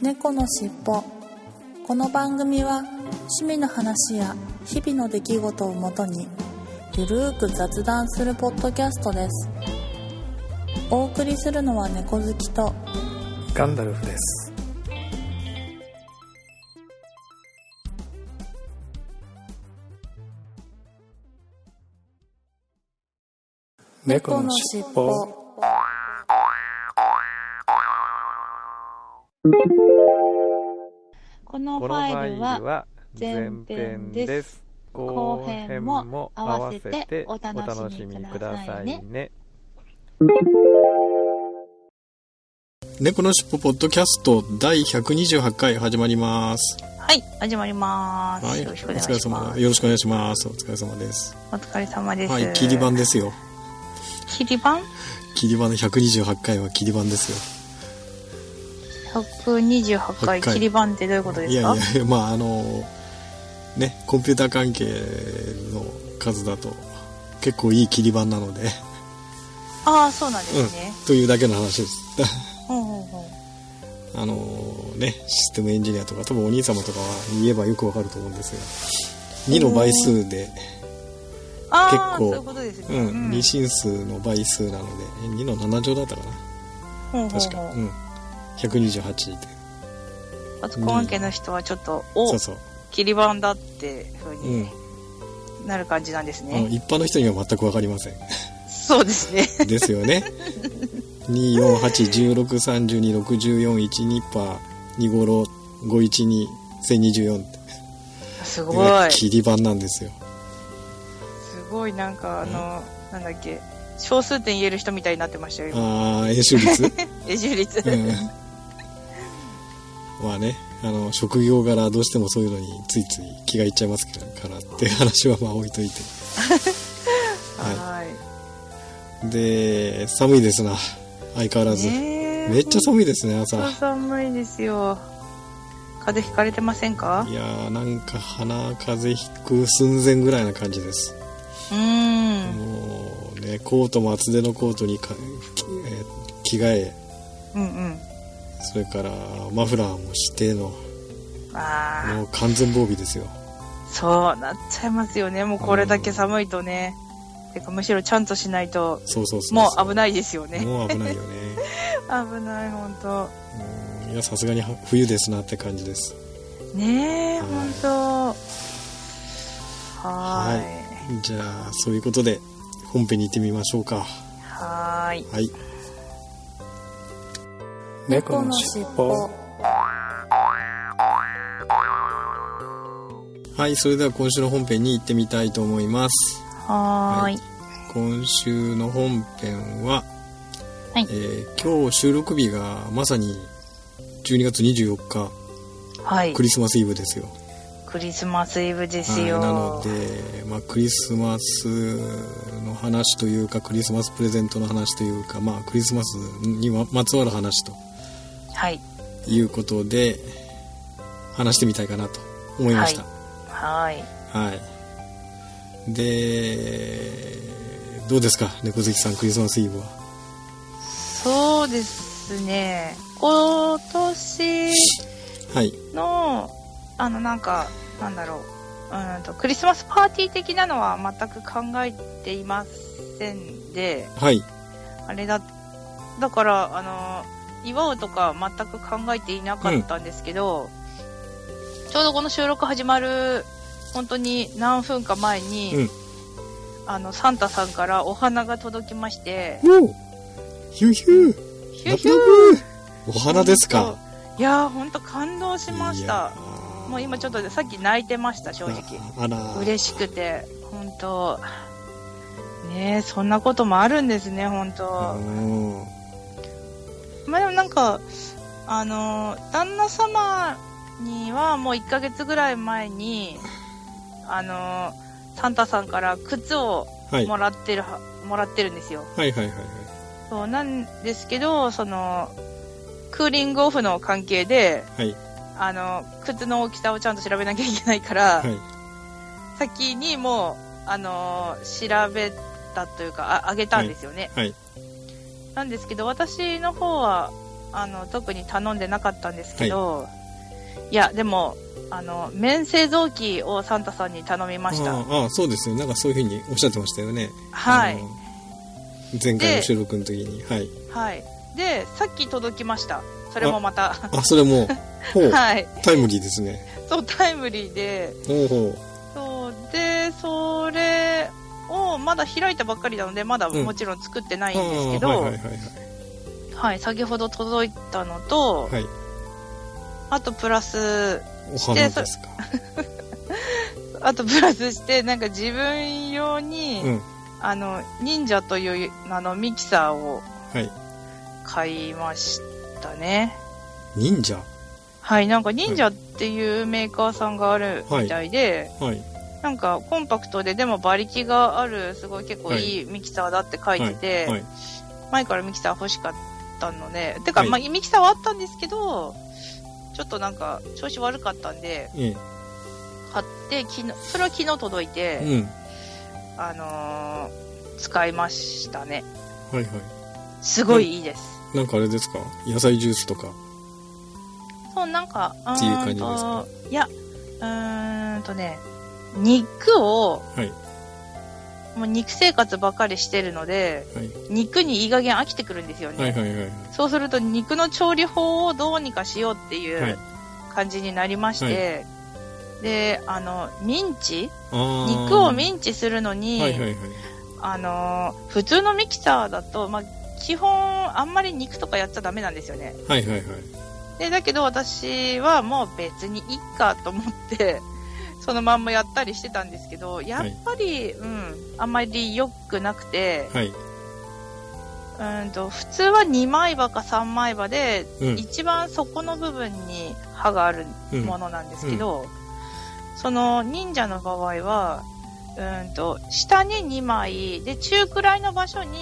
猫のしっぽこの番組は趣味の話や日々の出来事をもとにゆるーく雑談するポッドキャストですお送りするのは猫好きとガンダルフです。猫のしっぽ。このフこのファイァイルルはは前編です。後後編編もも合合わわせせてておお楽楽ししみみくくだだささいいねね。猫のしっぽポッドキャスト第128回始まります。はい、始まります。はい、よおろしくお願い疲れしま様。す。よろしくお願いします。お疲れ様です。お疲れ様です。はい、切り版。ですよ。切り版切り版の128回は切り版です128八回回切り版ってどういうことよ。でいすやかいやいや、まああの、ね、コンピューター関係の数だと結構いい切り版なので、 ああ、そうなんですね。というだけの話です。 うん、うん、うん。あのね、システムエンジニアとか多分お兄様とかは言えばよくわかると思うんですが、2の倍数で、ああ、結構そういうことですね。うん、二進数の倍数なのでえ2の7乗だったかなほうほう確ほか、ううん、128ってパソコン家の人はちょっと、そおう、そう、切り版だって風うにん、なる感じなんですあのね。一般の人には全く分かりませんそうです ね。ですよね24816326412パー256512024ってすこごれがい。す切り版なんですよごい、なんかあの、なんだっけ、小数点言える人みたいになってましたよ、今。ああ円周率、永住率。うん、まあねあの職業柄どうしてもそういうのについつい気がいっちゃいますからっていう話はまあ置いといて はで寒いですな相変わらい。ず、ねえめっちゃ寒いですね本朝当寒いですよ。風邪ひかれてませんかいやーなんか鼻風邪ひく寸前ぐらいな感じです、うーん。もうねコートも厚手のコートにか、えー着替えうんうん。それからマフラーもしてのあもう完全防備ですよあ、そうなっちゃいますよね。もうこれだけ寒いとね。てかむしろちゃんとしないと、そうそうそうもう危いないですよね。もう危ないよね危ない、ほんと。うんいやさすがには冬ですなって感じですねえ、はいほんと。はーい。じゃあそういうことで本編に行ってみましょうかはーい。はい猫のしっぽ。はいそれでは今週の本編に行ってみたいと思いますはーい。今週の本編は、はいえー今日収録日がまさに12月24日はいク。リスマスイブですよ、クリスマスイブですはいよ。なので、まあ、クリスマスの話というかクリスマスプレゼントの話というか、まあ、クリスマスにままつわる話とはい。いうことで話してみたいかなと思いました、はーい。はい。で、どうですか、猫好きさん、クリスマスイブは。そうですね。今年はい。の、あの、なんか、なんだろう。うーんと、クリスマスパーティー的なのは全く考えていませんで、はい。あれだ、だから、あの、祝うとか全く考えていなかったんですけど、ちょうどこの収録始まる、本当に何分か前に、うんあの、サンタさんからお花が届きまして、おうヒューヒューヒュラブーヒュラーブお花ですかいやー、ほんと感動しまいしたや。ーもう今ちょっとさっき泣いてました、正直。ああら。嬉しくて、本当ねえ、そんなこともあるんですね、本当うんまあでもなんか、あの、旦那様にはもう1ヶ月ぐらい前に、あの、サンタさんから靴をはい。もはいらってるは、もらってるんですよ。はいはいはい。そうなんですけど、その、クーリングオフの関係で、はいあの、靴の大きさをちゃんと調べなきゃいけないから、はい。先にもう、あのー調べたというかああげたんですよね、はいはいなんですけど私の方はあの特に頼んでなかったんですけど、い、やでもあの免製造機をサンタさんに頼みましたああああそうですねなんかそういうふうにおっしゃってましたよねはいあの前回の収録の時にはいはいでさっき届きましたそれもまたあそれも ほう、はいタイムリーですねそうタイムリーでほうほそうでそれをまだ開いたばっかりなのでまだうんもちろん作ってなういんですけど、ああははいいはいはい先ほど届いたのと、はいはいあとプラスお花ですかあとプラスしてなんか自分用に、うんあの忍者というあのミキサーをはい買いましたね忍者はいなんか忍者っていうメーカーさんがあるみたいで、はいなんかコンパクトででも馬力があるすごい結構いいミキサーだって書いてて、はい前からミキサー欲しかったのでてか、はいまあ、ミキサーはあったんですけどちょっとなんか調子悪かったんでえ買って昨日それは昨日届いてえ、うんあのー使いましたねはいはすごいいいです、いなんかあれですか野菜ジュースとかそうなんかうーんっていう感じですかといやうーんとね肉をはいもう肉生活ばかりしてるのではい肉にいい加減飽きてくるんですよね、はいはいはいそうすると肉の調理法をどうにかしようっていはうい感じになりまして、であのミンチあー肉をミンチするのに、はいはいはいあの普通のミキサーだと、まあ、基本あんまり肉とかやっちゃダメなんですよねはいはいはいでだけど私はもう別にいっかと思って そのまんまやったりしてたんですけどやっぱり、うんあんまり良くなくてはいうんと普通は2枚刃か3枚刃でうん一番底の部分に刃があるうんものなんですけど、その忍者の場合はうんと下に2枚で中くらいの場所に、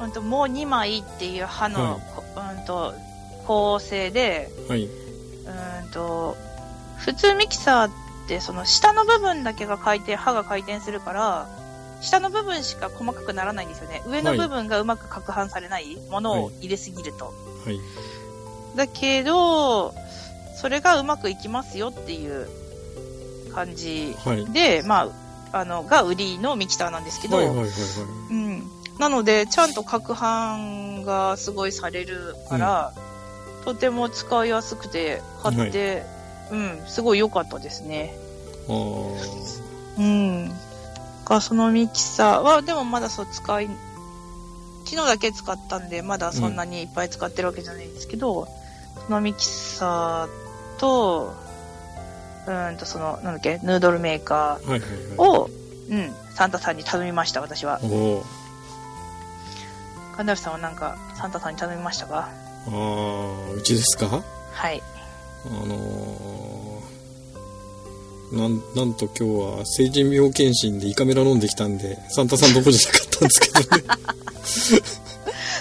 うん、ともう2枚っていう刃の、はいこうん、と構成ではいうんと普通ミキサーってその下の部分だけが回転刃が回転するから下の部分しか細かくならないんですよね上のはい部分がうまく攪拌されないものをはい入れすぎると、はいだけど、それがうまくいきますよっていう感じはいで、まあ、あの、が売りのミキサーなんですけど、はいはいはいはいうん。なので、ちゃんと攪拌がすごいされるから、とても使いやすくて、買って、うん、すごい良かったですね。ああうん。が、そのミキサーは、でもまだそう使い、昨日だけ使ったんで、まだそんなにいっぱい使ってるわけじゃないんですけど、そのミキサーと、うーんと、その、なんだっけ、ヌードルメーカはいはいーはいを、うん、サンタさんに頼みました、私は。おお神田さんはなんか、サンタさんに頼みましたかああうちですかはい。あのーなんなんと今日は成人病検診で胃カメラ飲んできたんでサンタさんどころじゃなかったんですけど ね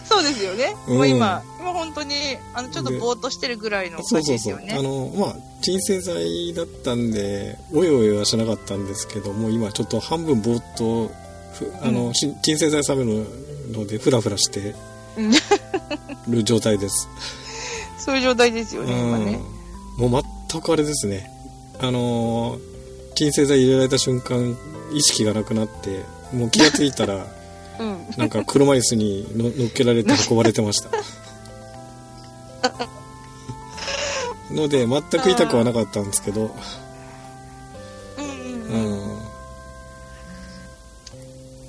そうですよね。うんもう今、今本当に、あの、ちょっとでぼーっとしてるぐらいのそ感うじそうそうですよねあ。のまあ鎮静剤だったんでおよおよはしなかったんですけどもう今ちょっと半分ぼーっとふあの、うんし鎮静剤冷めるのでフラフラしてうんる状態ですそういう状態ですよね、今ね。うん、もう全くあれですねあのー鎮静剤入れられた瞬間意識がなくなってもう気がついた らうん。なんか車椅子にの乗っけられて運ばれてました ので全く痛くはなかったんですけど、うんうんううん。ん、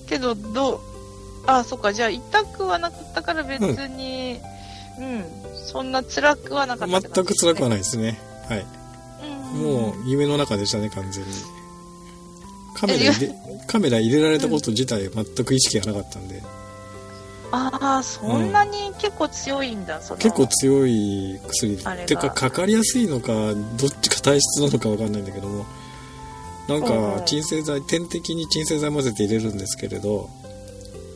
けどどうあそっかじゃあ痛くはなかったから別にうん、そんな辛くはなかったって全く感じです辛ね、くはないですねはいうんもう夢の中でしたね完全にカメラ入れカメラ入れられたこと自体全く意識がなかったんで、ああそんなに結構強いんだ、その結構強い薬あれがてかかかりやすいのかどっちか体質なのかわかんないんだけどもなんうんうかん鎮静剤点滴に鎮静剤混ぜて入れるんですけれど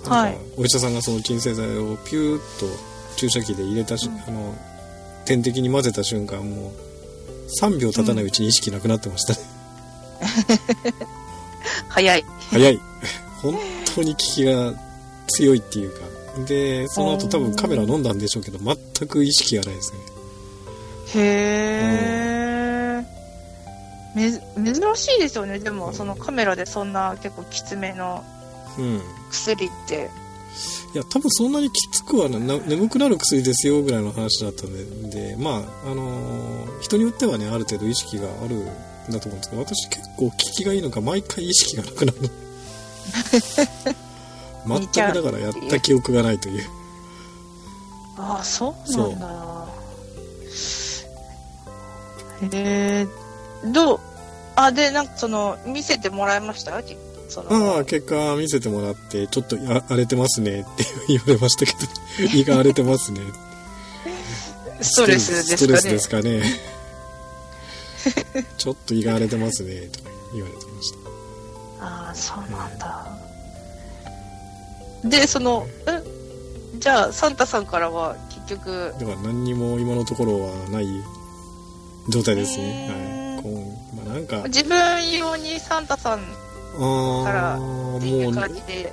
はないんかお医者さんがその鎮静剤をピューッと注射器で入れたし、うんあの点滴に混ぜた瞬間もう3秒経たないうちに意識なくなってましたね、早い早い本当に効きが強いっていうかでその後多分カメラ飲んだんでしょうけど全く意識がないですねへえ、めず珍しいですよねでもそのカメラでそんな結構きつめのうん薬っていや多分そんなにきつくはなな眠くなる薬ですよぐらいの話だったんででまああのー人によってはねある程度意識があるんだと思うんですけど私結構効きがいいのか毎回意識がなくなる 全くだからやった記憶がないというああそうなんだへえどうあでなんかその見せてもらいましたきそのああ結果見せてもらってちょっとあ荒れてますねって言われま したけど胃が荒れてますねストレスですかねストレスですかねちょっと胃が荒れてますねとか言われてましたああそうなんだでそのえじゃあサンタさんからは結局だから何にも今のところはない状態ですね。へーはい。こう、まあ、なんか、自分用にサンタさんっああ、ていもうう、感じで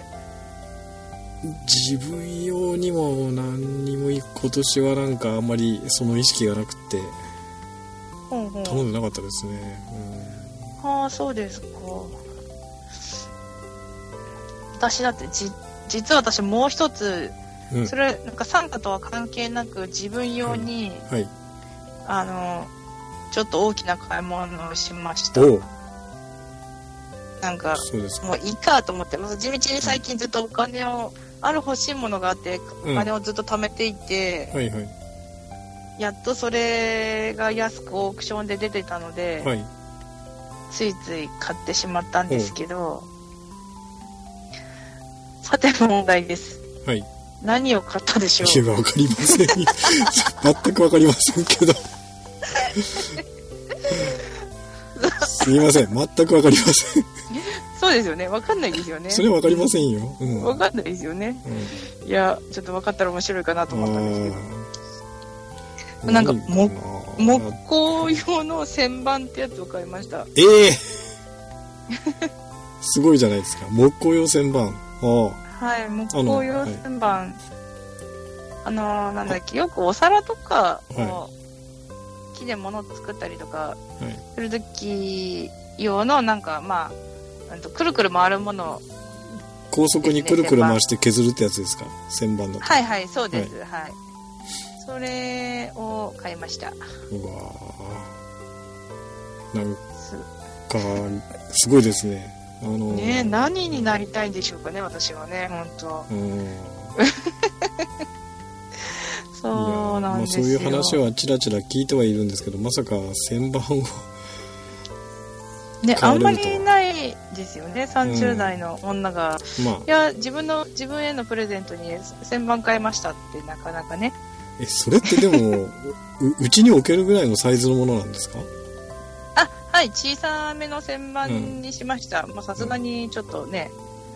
自分用にも何にもい今年はなんかあんまりその意識がなくて、うんうん頼んでなかったですね。ああそうですか私だってじ実は私もう一つうん。うんそ。れなんかサンタとは関係なく自分用に、はい。あのちょっと大きな買い物をしましたおうなんかそうですか。もういいかと思ってまず地道に最近ずっとお金をある欲しいものがあってうんお金をずっと貯めていて、はいはい。やっとそれが安くオークションで出てたので、はい。ついつい買ってしまったんですけど、さて問題ですはい。何を買ったでしょ理由うはわかりま せん。全くわかりませんけど。すみません。全くわかりません。そうですよねわかんないですよねそれはわかりませんよ。うん。わかんないですよねうんいやちょっと分かったら面白いかなと思ったんですあーなんか何けど木工用の旋盤ってやつを買いましたええ すごいじゃないですか木工用旋盤あはい木工用旋盤あの,、なんだっけよくお皿とかを木で物を作ったりとかあ、はい、するとき用のなんかまあうんとくるくる回るものを高速にくるくる回して削るってやつですか旋盤だと、はいはいそうですはい、それを買いましたうわーなんすかすごいですねあのーねえ何になりたいんでしょうかね私はね本当うんそうなんですよいやまあそういう話はちらちら聞いてはいるんですけどまさか旋盤をね変あわんれまるとはりないですよね30代の女が、まいや自分の自分へのプレゼントに1000番買いましたってなかなかねあえそれってでもううちに置けるぐらいのサイズのものなんですかあはい小さめの1000番にしましたまあさすがにちょっとね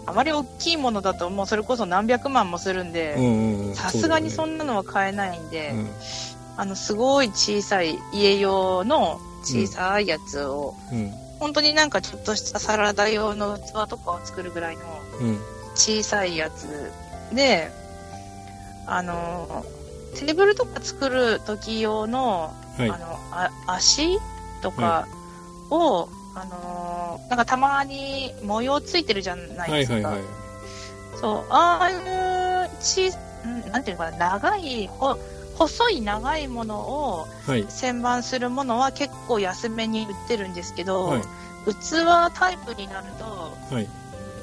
あまり大きいものだともうそれこそ何百万もするんうんでうんうんさすがにそな、んなのは買えないんで、うんあのすごい小さい家用の小さいやつを、うん本当になんかちょっとしたサラダ用の器とかを作るぐらいのうん小さいやつであのテーブルとか作る時用の,、はいあのあ足とかを、あのなんかたまに模様ついてるじゃないはでいすか、はいはいそうああいう小さんなんていうのかな長いほ細い長いものをはい旋盤するものは結構安めに売ってるんですけど、はい器タイプになるとはい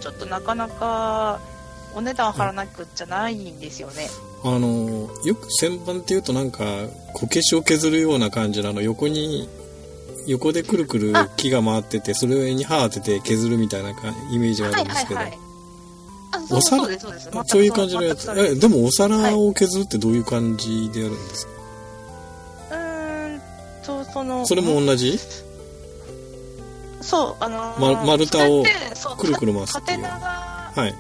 ちょっとなかなかお値段張らなくっちゃないんですよね。あのーよく旋盤っていうとなんかこけしを削るような感じのあの横に横でくるくるあ木が回っててそれに刃当てて削るみたいなかイメージがあはるいんではいすけど、はい。あ、そうお皿そうですそうです。全くそういう感じのやつ全くそうえですでもお皿を削るってどういう感じでやるんですか、うーんとそのそれも同じそうあのーま丸太をそれってそうくるくる回すってい縦う長はい、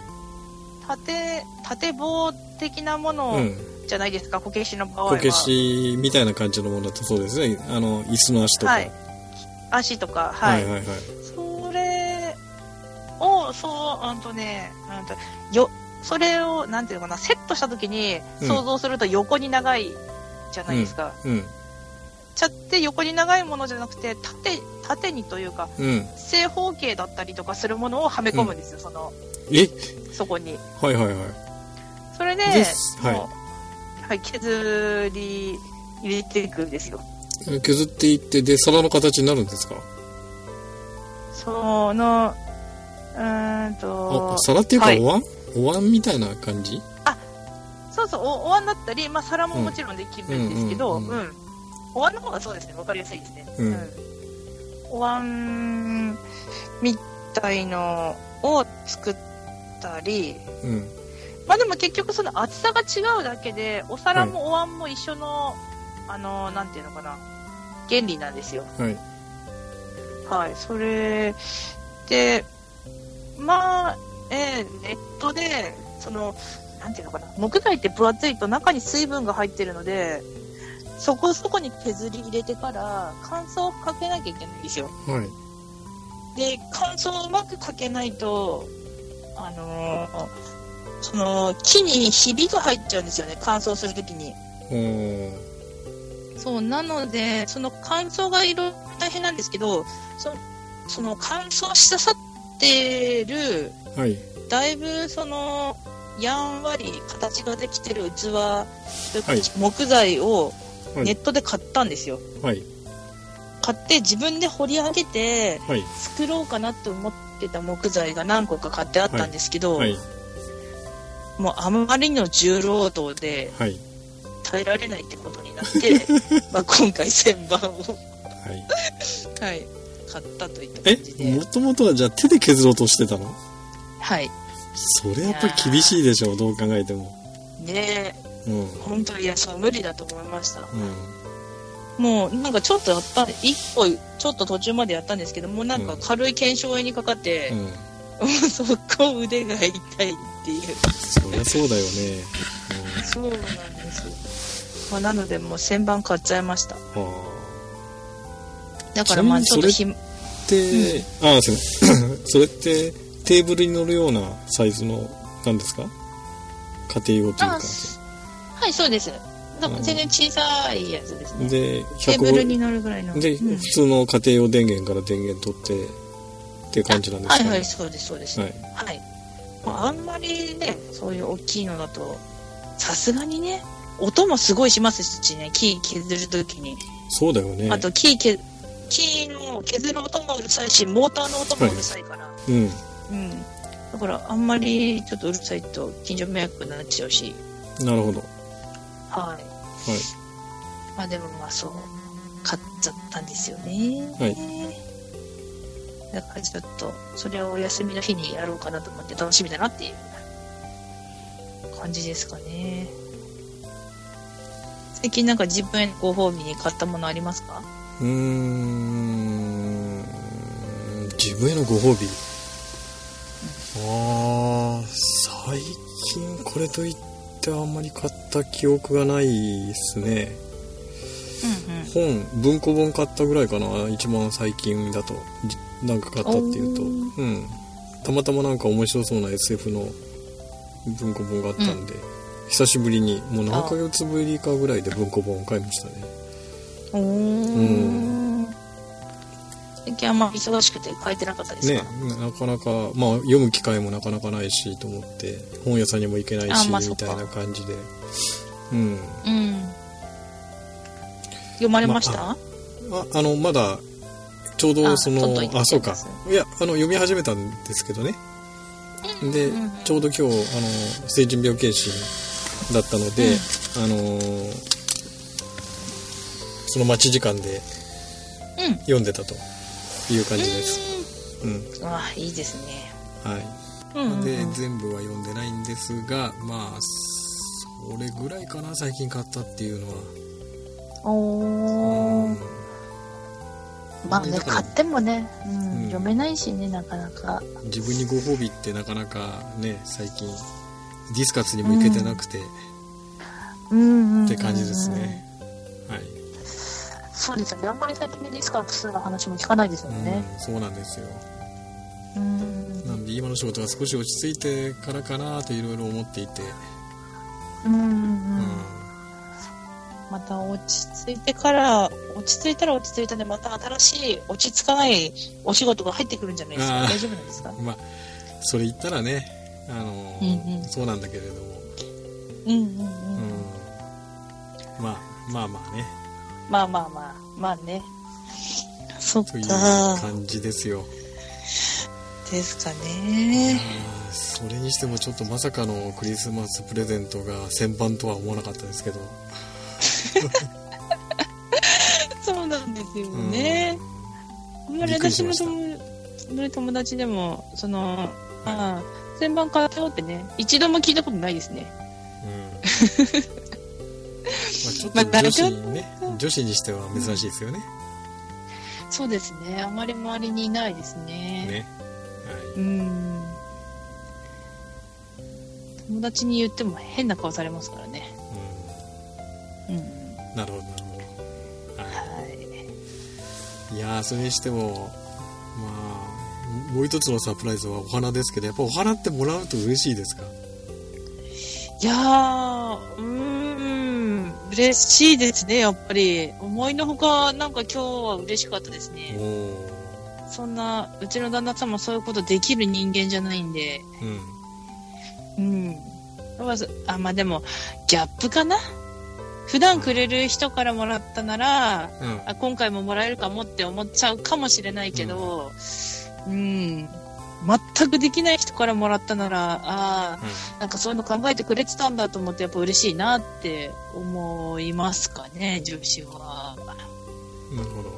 縦縦棒的なもうのん、じゃないですか、こけしの場合は。こけしみたいな感じのものだとそうですねあの椅子の足とか、はい足とかはい。はいはいはいそれをそうあんとねあんとよそれをなんていうのかなセットした時に想像すると横に長いじゃないですか、うん茶って横に長いものじゃなくて縦縦にというかうん正方形だったりとかするものをはめ込むんですよ、そのえそこにはいはいはいそれでですはいもうはい、削り入れていくんですよ削っていってで皿の形になるんですかそのうーんあと皿っていうかはいお椀、お椀みたいな感じそうそうおお椀だったり、まあ、皿ももちろんできるんですけど、ううんんうんうんお椀の方がそうですねわかりやすいですね、うんお椀みたいのを作ったりうんまあでも結局その厚さが違うだけでお皿もお椀も一緒の、あのなんていうのかな原理なんですよはいはいそれでまあえーネットでそのなんていうのかな木材って分厚いと中に水分が入ってるのでそこそこに削り入れてから乾燥をかけなきゃいけないんですよはいで乾燥をうまくかけないとあのーその木にひびが入っちゃうんですよね乾燥するときにおーそうなのでその乾燥がいろいろ大変なんですけどそその乾燥し刺さってるはいだいぶそのやんわり形ができてる器、い木材をはいネットで買ったんですよ、はい買って自分で掘り上げてはい作ろうかなって思ってた木材が何個か買ってあったんですけど、はいもうあまりの重労働ではい耐えられないってことになって まあ今回旋盤を、はいはい、買ったといった感じえでも、ともとはじゃあ手で削ろうとしてたのはい、それやっぱり厳しいでしょうどう考えてもねえうんうん本当いやそう無理だと思いましたもうなんかちょっとやった1個ちょっと途中までやったんですけどもうなんか軽い腱鞘炎にかかって、うんそこ腕が痛いっていうそりゃそうだよねそうなんですよ、まあ、なのでもう旋盤買っちゃいましたうんああだからまあちょっとちひって、ああすいません それってテーブルに乗るようなサイズのなんですか家庭用というあかすはいそうですだから全然小さいやつですねでテーブルに100乗るぐらいので、うん普通の家庭用電源から電源取ってっていう感じなんですはかいねはいそうですそうですははいい、まあ、あんまりねそういう大きいのだとさすがにね音もすごいしますしね木削るときにそうだよねあと木け木の削る音もうるさいしモーターの音もうるさいから、うんうんだからあんまりちょっとうるさいと近所迷惑になっちゃうしなるほどははいいまあでもまあそう買っちゃったんですよねはいだからちょっとそれをお休みの日にやろうかなと思って楽しみだなっていう感じですかね最近なんか自分へのご褒美に買ったものありますかうーん自分へのご褒美あー最近これといってあんまり買った記憶がないですねうんうん本文庫本買ったぐらいかな一番最近だとじなんか買ったっていうと、おうん、たまたまなんか面白そうな SF の文庫本があったんで、久しぶりにもう何ヶ月ぶりかぐらいで文庫本を買いましたねおうー最近あんま忙しくて書いてなかったですねか、なかなか、まあ、読む機会もなかなかないしと思って本屋さんにも行けないし、あまあそみっかたいな感じで、うん、うん読まれました、まああのまだちょうどあそ取のっといてあそうかやついやあの読み始めたんですけどねで、うんうんちょうど今日あの成人病検診だったので、あのーその待ち時間でうん読んでたという感じです、うんうんあいいですねはいうんうんうんで全部は読んでないんですがまあそれぐらいかな最近買ったっていうのは、おーまあねだから買ってもね、うんうん読めないしねなかなか自分にご褒美ってなかなかね最近ディスカツにも行けてなくて、うんうんって感じですね、はい、そうですよねあんまり最近ねディスカップスの話も聞かないですもんねうんそうなんですようんなんで今のの仕事が少し落ち着いてからかなっていろいろ思っていて、うんううんんまた落ち着いてから落ち着いたら落ち着いたでまた新しい落ち着かないお仕事が入ってくるんじゃないですかあー大丈夫なんですかまあそれ言ったらね、あのうんうんそうなんだけれども、うんうんうん、うんまあまあまあねまあまあまあまあねそっというか感じですよ。ですかいやねーそれにしてもちょっとまさかのクリスマスプレゼントが旋盤とは思わなかったですけど、そうなんですようんね、あんまりびっくりし私まのした友の友達でもそのああ旋盤買ったよってね一度も聞いたことないですねうん、まあちょっまあと女誰子とにね女子にしては珍しいですよね。そうですねあまり周りにいないですねね、うはん友達に言っても変な顔されますからねいうんうん、なるほどなるほど。ははいい、いやーそれにしてもまあもう一つのサプライズはお花ですけどやっぱお花ってもらうと嬉しいですかいやーうーん嬉しいですねやっぱり思いのほかなんか今日は嬉しかったですおねおそんなうちの旦那様そういうことできる人間じゃないんでうんうんまずあまあでもギャップかな普段くれる人からもらったならうんあ今回ももらえるかもって思っちゃうかもしれないけど、うん、全くできない人からもらったなら、ああー、なんかそういうの考えてくれてたんだと思って、やっぱ嬉しいなって思いますかね、女子は。うんなるほど。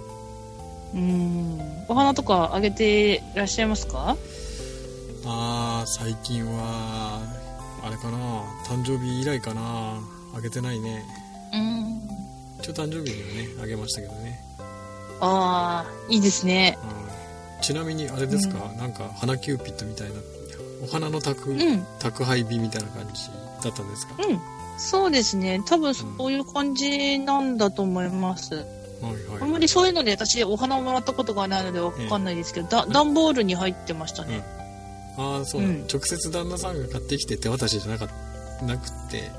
うん、お花とかあげてらっしゃいますかあー最近はあれかな誕生日以来かなあげてないねうん。一応誕生日にはねあげましたけどね、ああ、いいですね。うん、ちなみにあれですか、なんか花キューピッドみたいなお花の宅、うん、うん。宅配日みたいな感じだったんですか、そうですね。多分そういう感じなんだと思います。はいあはんいまりそういうので私お花をもらったことがないのでわかんないですけど、だ段ボールに入ってましたね。ああそうだ、うん直接旦那さんが買ってきて手渡しじゃなかっなくて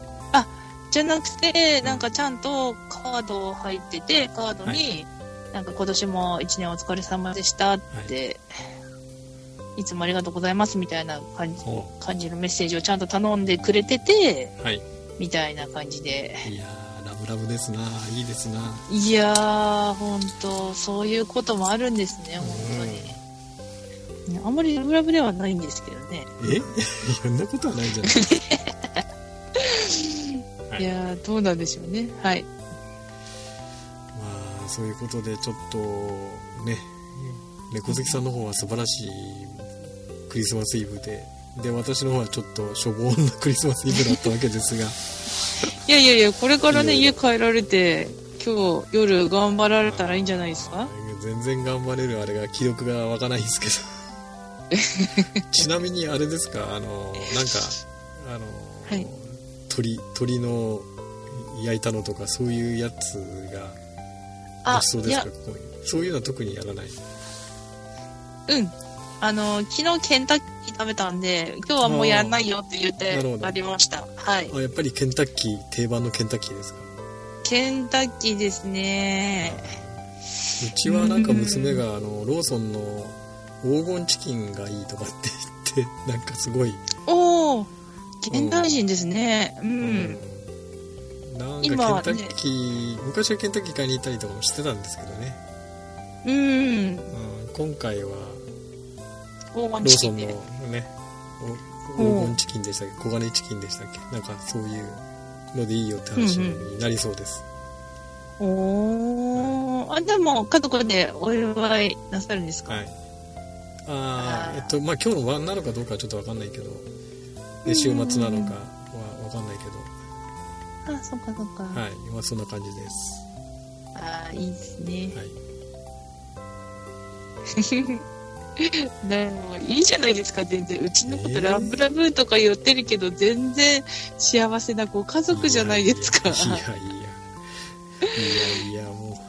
じゃなくて、なんかちゃんとカード入ってて、カードに、はなんか今年も一年お疲れ様でしたって、い、つもありがとうございますみたいな感じほ感じのメッセージをちゃんと頼んでくれてて、うはいみたいな感じで。いやーラブラブですないいですないやー、ほんと、そういうこともあるんですね、本当に。ねあんまりラブラブではないんですけどね。え そんなことはないん じゃないはいいやー、どうなんでしょうね。はい。まあそういうことでちょっとね猫好きさんの方は素晴らしいクリスマスイブでで私の方はちょっとしょぼんなクリスマスイブだったわけですがいやいやいや、これからね、いやいや家帰られて、今日夜頑張られたらいいんじゃないですか全然頑張れるあれが気力が湧かないんですけど ちなみにあれですかあのなんかあの、はい鳥鳥の焼いたのとかそういうやつがごちそういですやか、こういうそういうのは特にやらないうん。あの、昨日ケンタッキー食べたんで、今日はもうやらないよって言っあーなてるほどありました。はい。あやっぱりケンタッキー定番のケンタッキーですかケンタッキーですね。うちはなんか娘があのローソンの黄金チキンがいいとかって言ってなんかすごい、おー、現代人ですね。うん。うんなん今はかねケンタッキー、昔はケンタッキー買いに行ったりとかもしてたんですけどね、うん。うん、今回は黄ロ金ーチキソンンので。ねおうん黄金チキンでしたっけ黄金チキンでしたっけなんかそういうのでいいよって話になりそうです、おー。あ、でも、家族でお祝いなさるんですか、はいあああーえっとまあ今日の晩なのかどうかはちょっと分かんないけどで週末なのかは分かんないけど、あ、そっかそっか。はい、今そんな感じです。あーいいですね。はい、 でもいいじゃないですか全然うちのことラブラブとか言ってるけど全然幸せなご家族じゃないですかいやいやいやいやいやも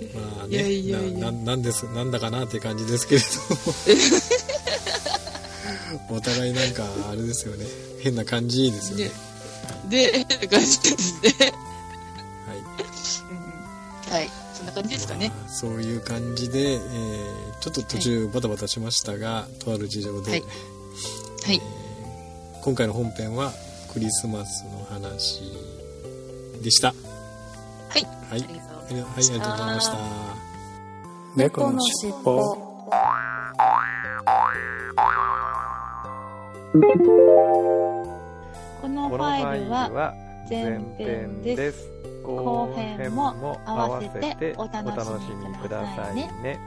うまあねいやいやいやなななんですなんだかなって感じですけれどもお 互いなんかあれですよね変な感じですよねで、変な感じですね。はいはい。そんな感じですかね。そういう感じで、えーちょっと途中バタバタしましたが、とある事情で、はいはい。今回の本編はクリスマスの話でしたはい。はいありがとうごはいあざいましりたがとうございました猫猫ののししっっぽぽ。このフこのファァイイルルはは前前編編でですす。後編も合わせてお楽しみくださいね。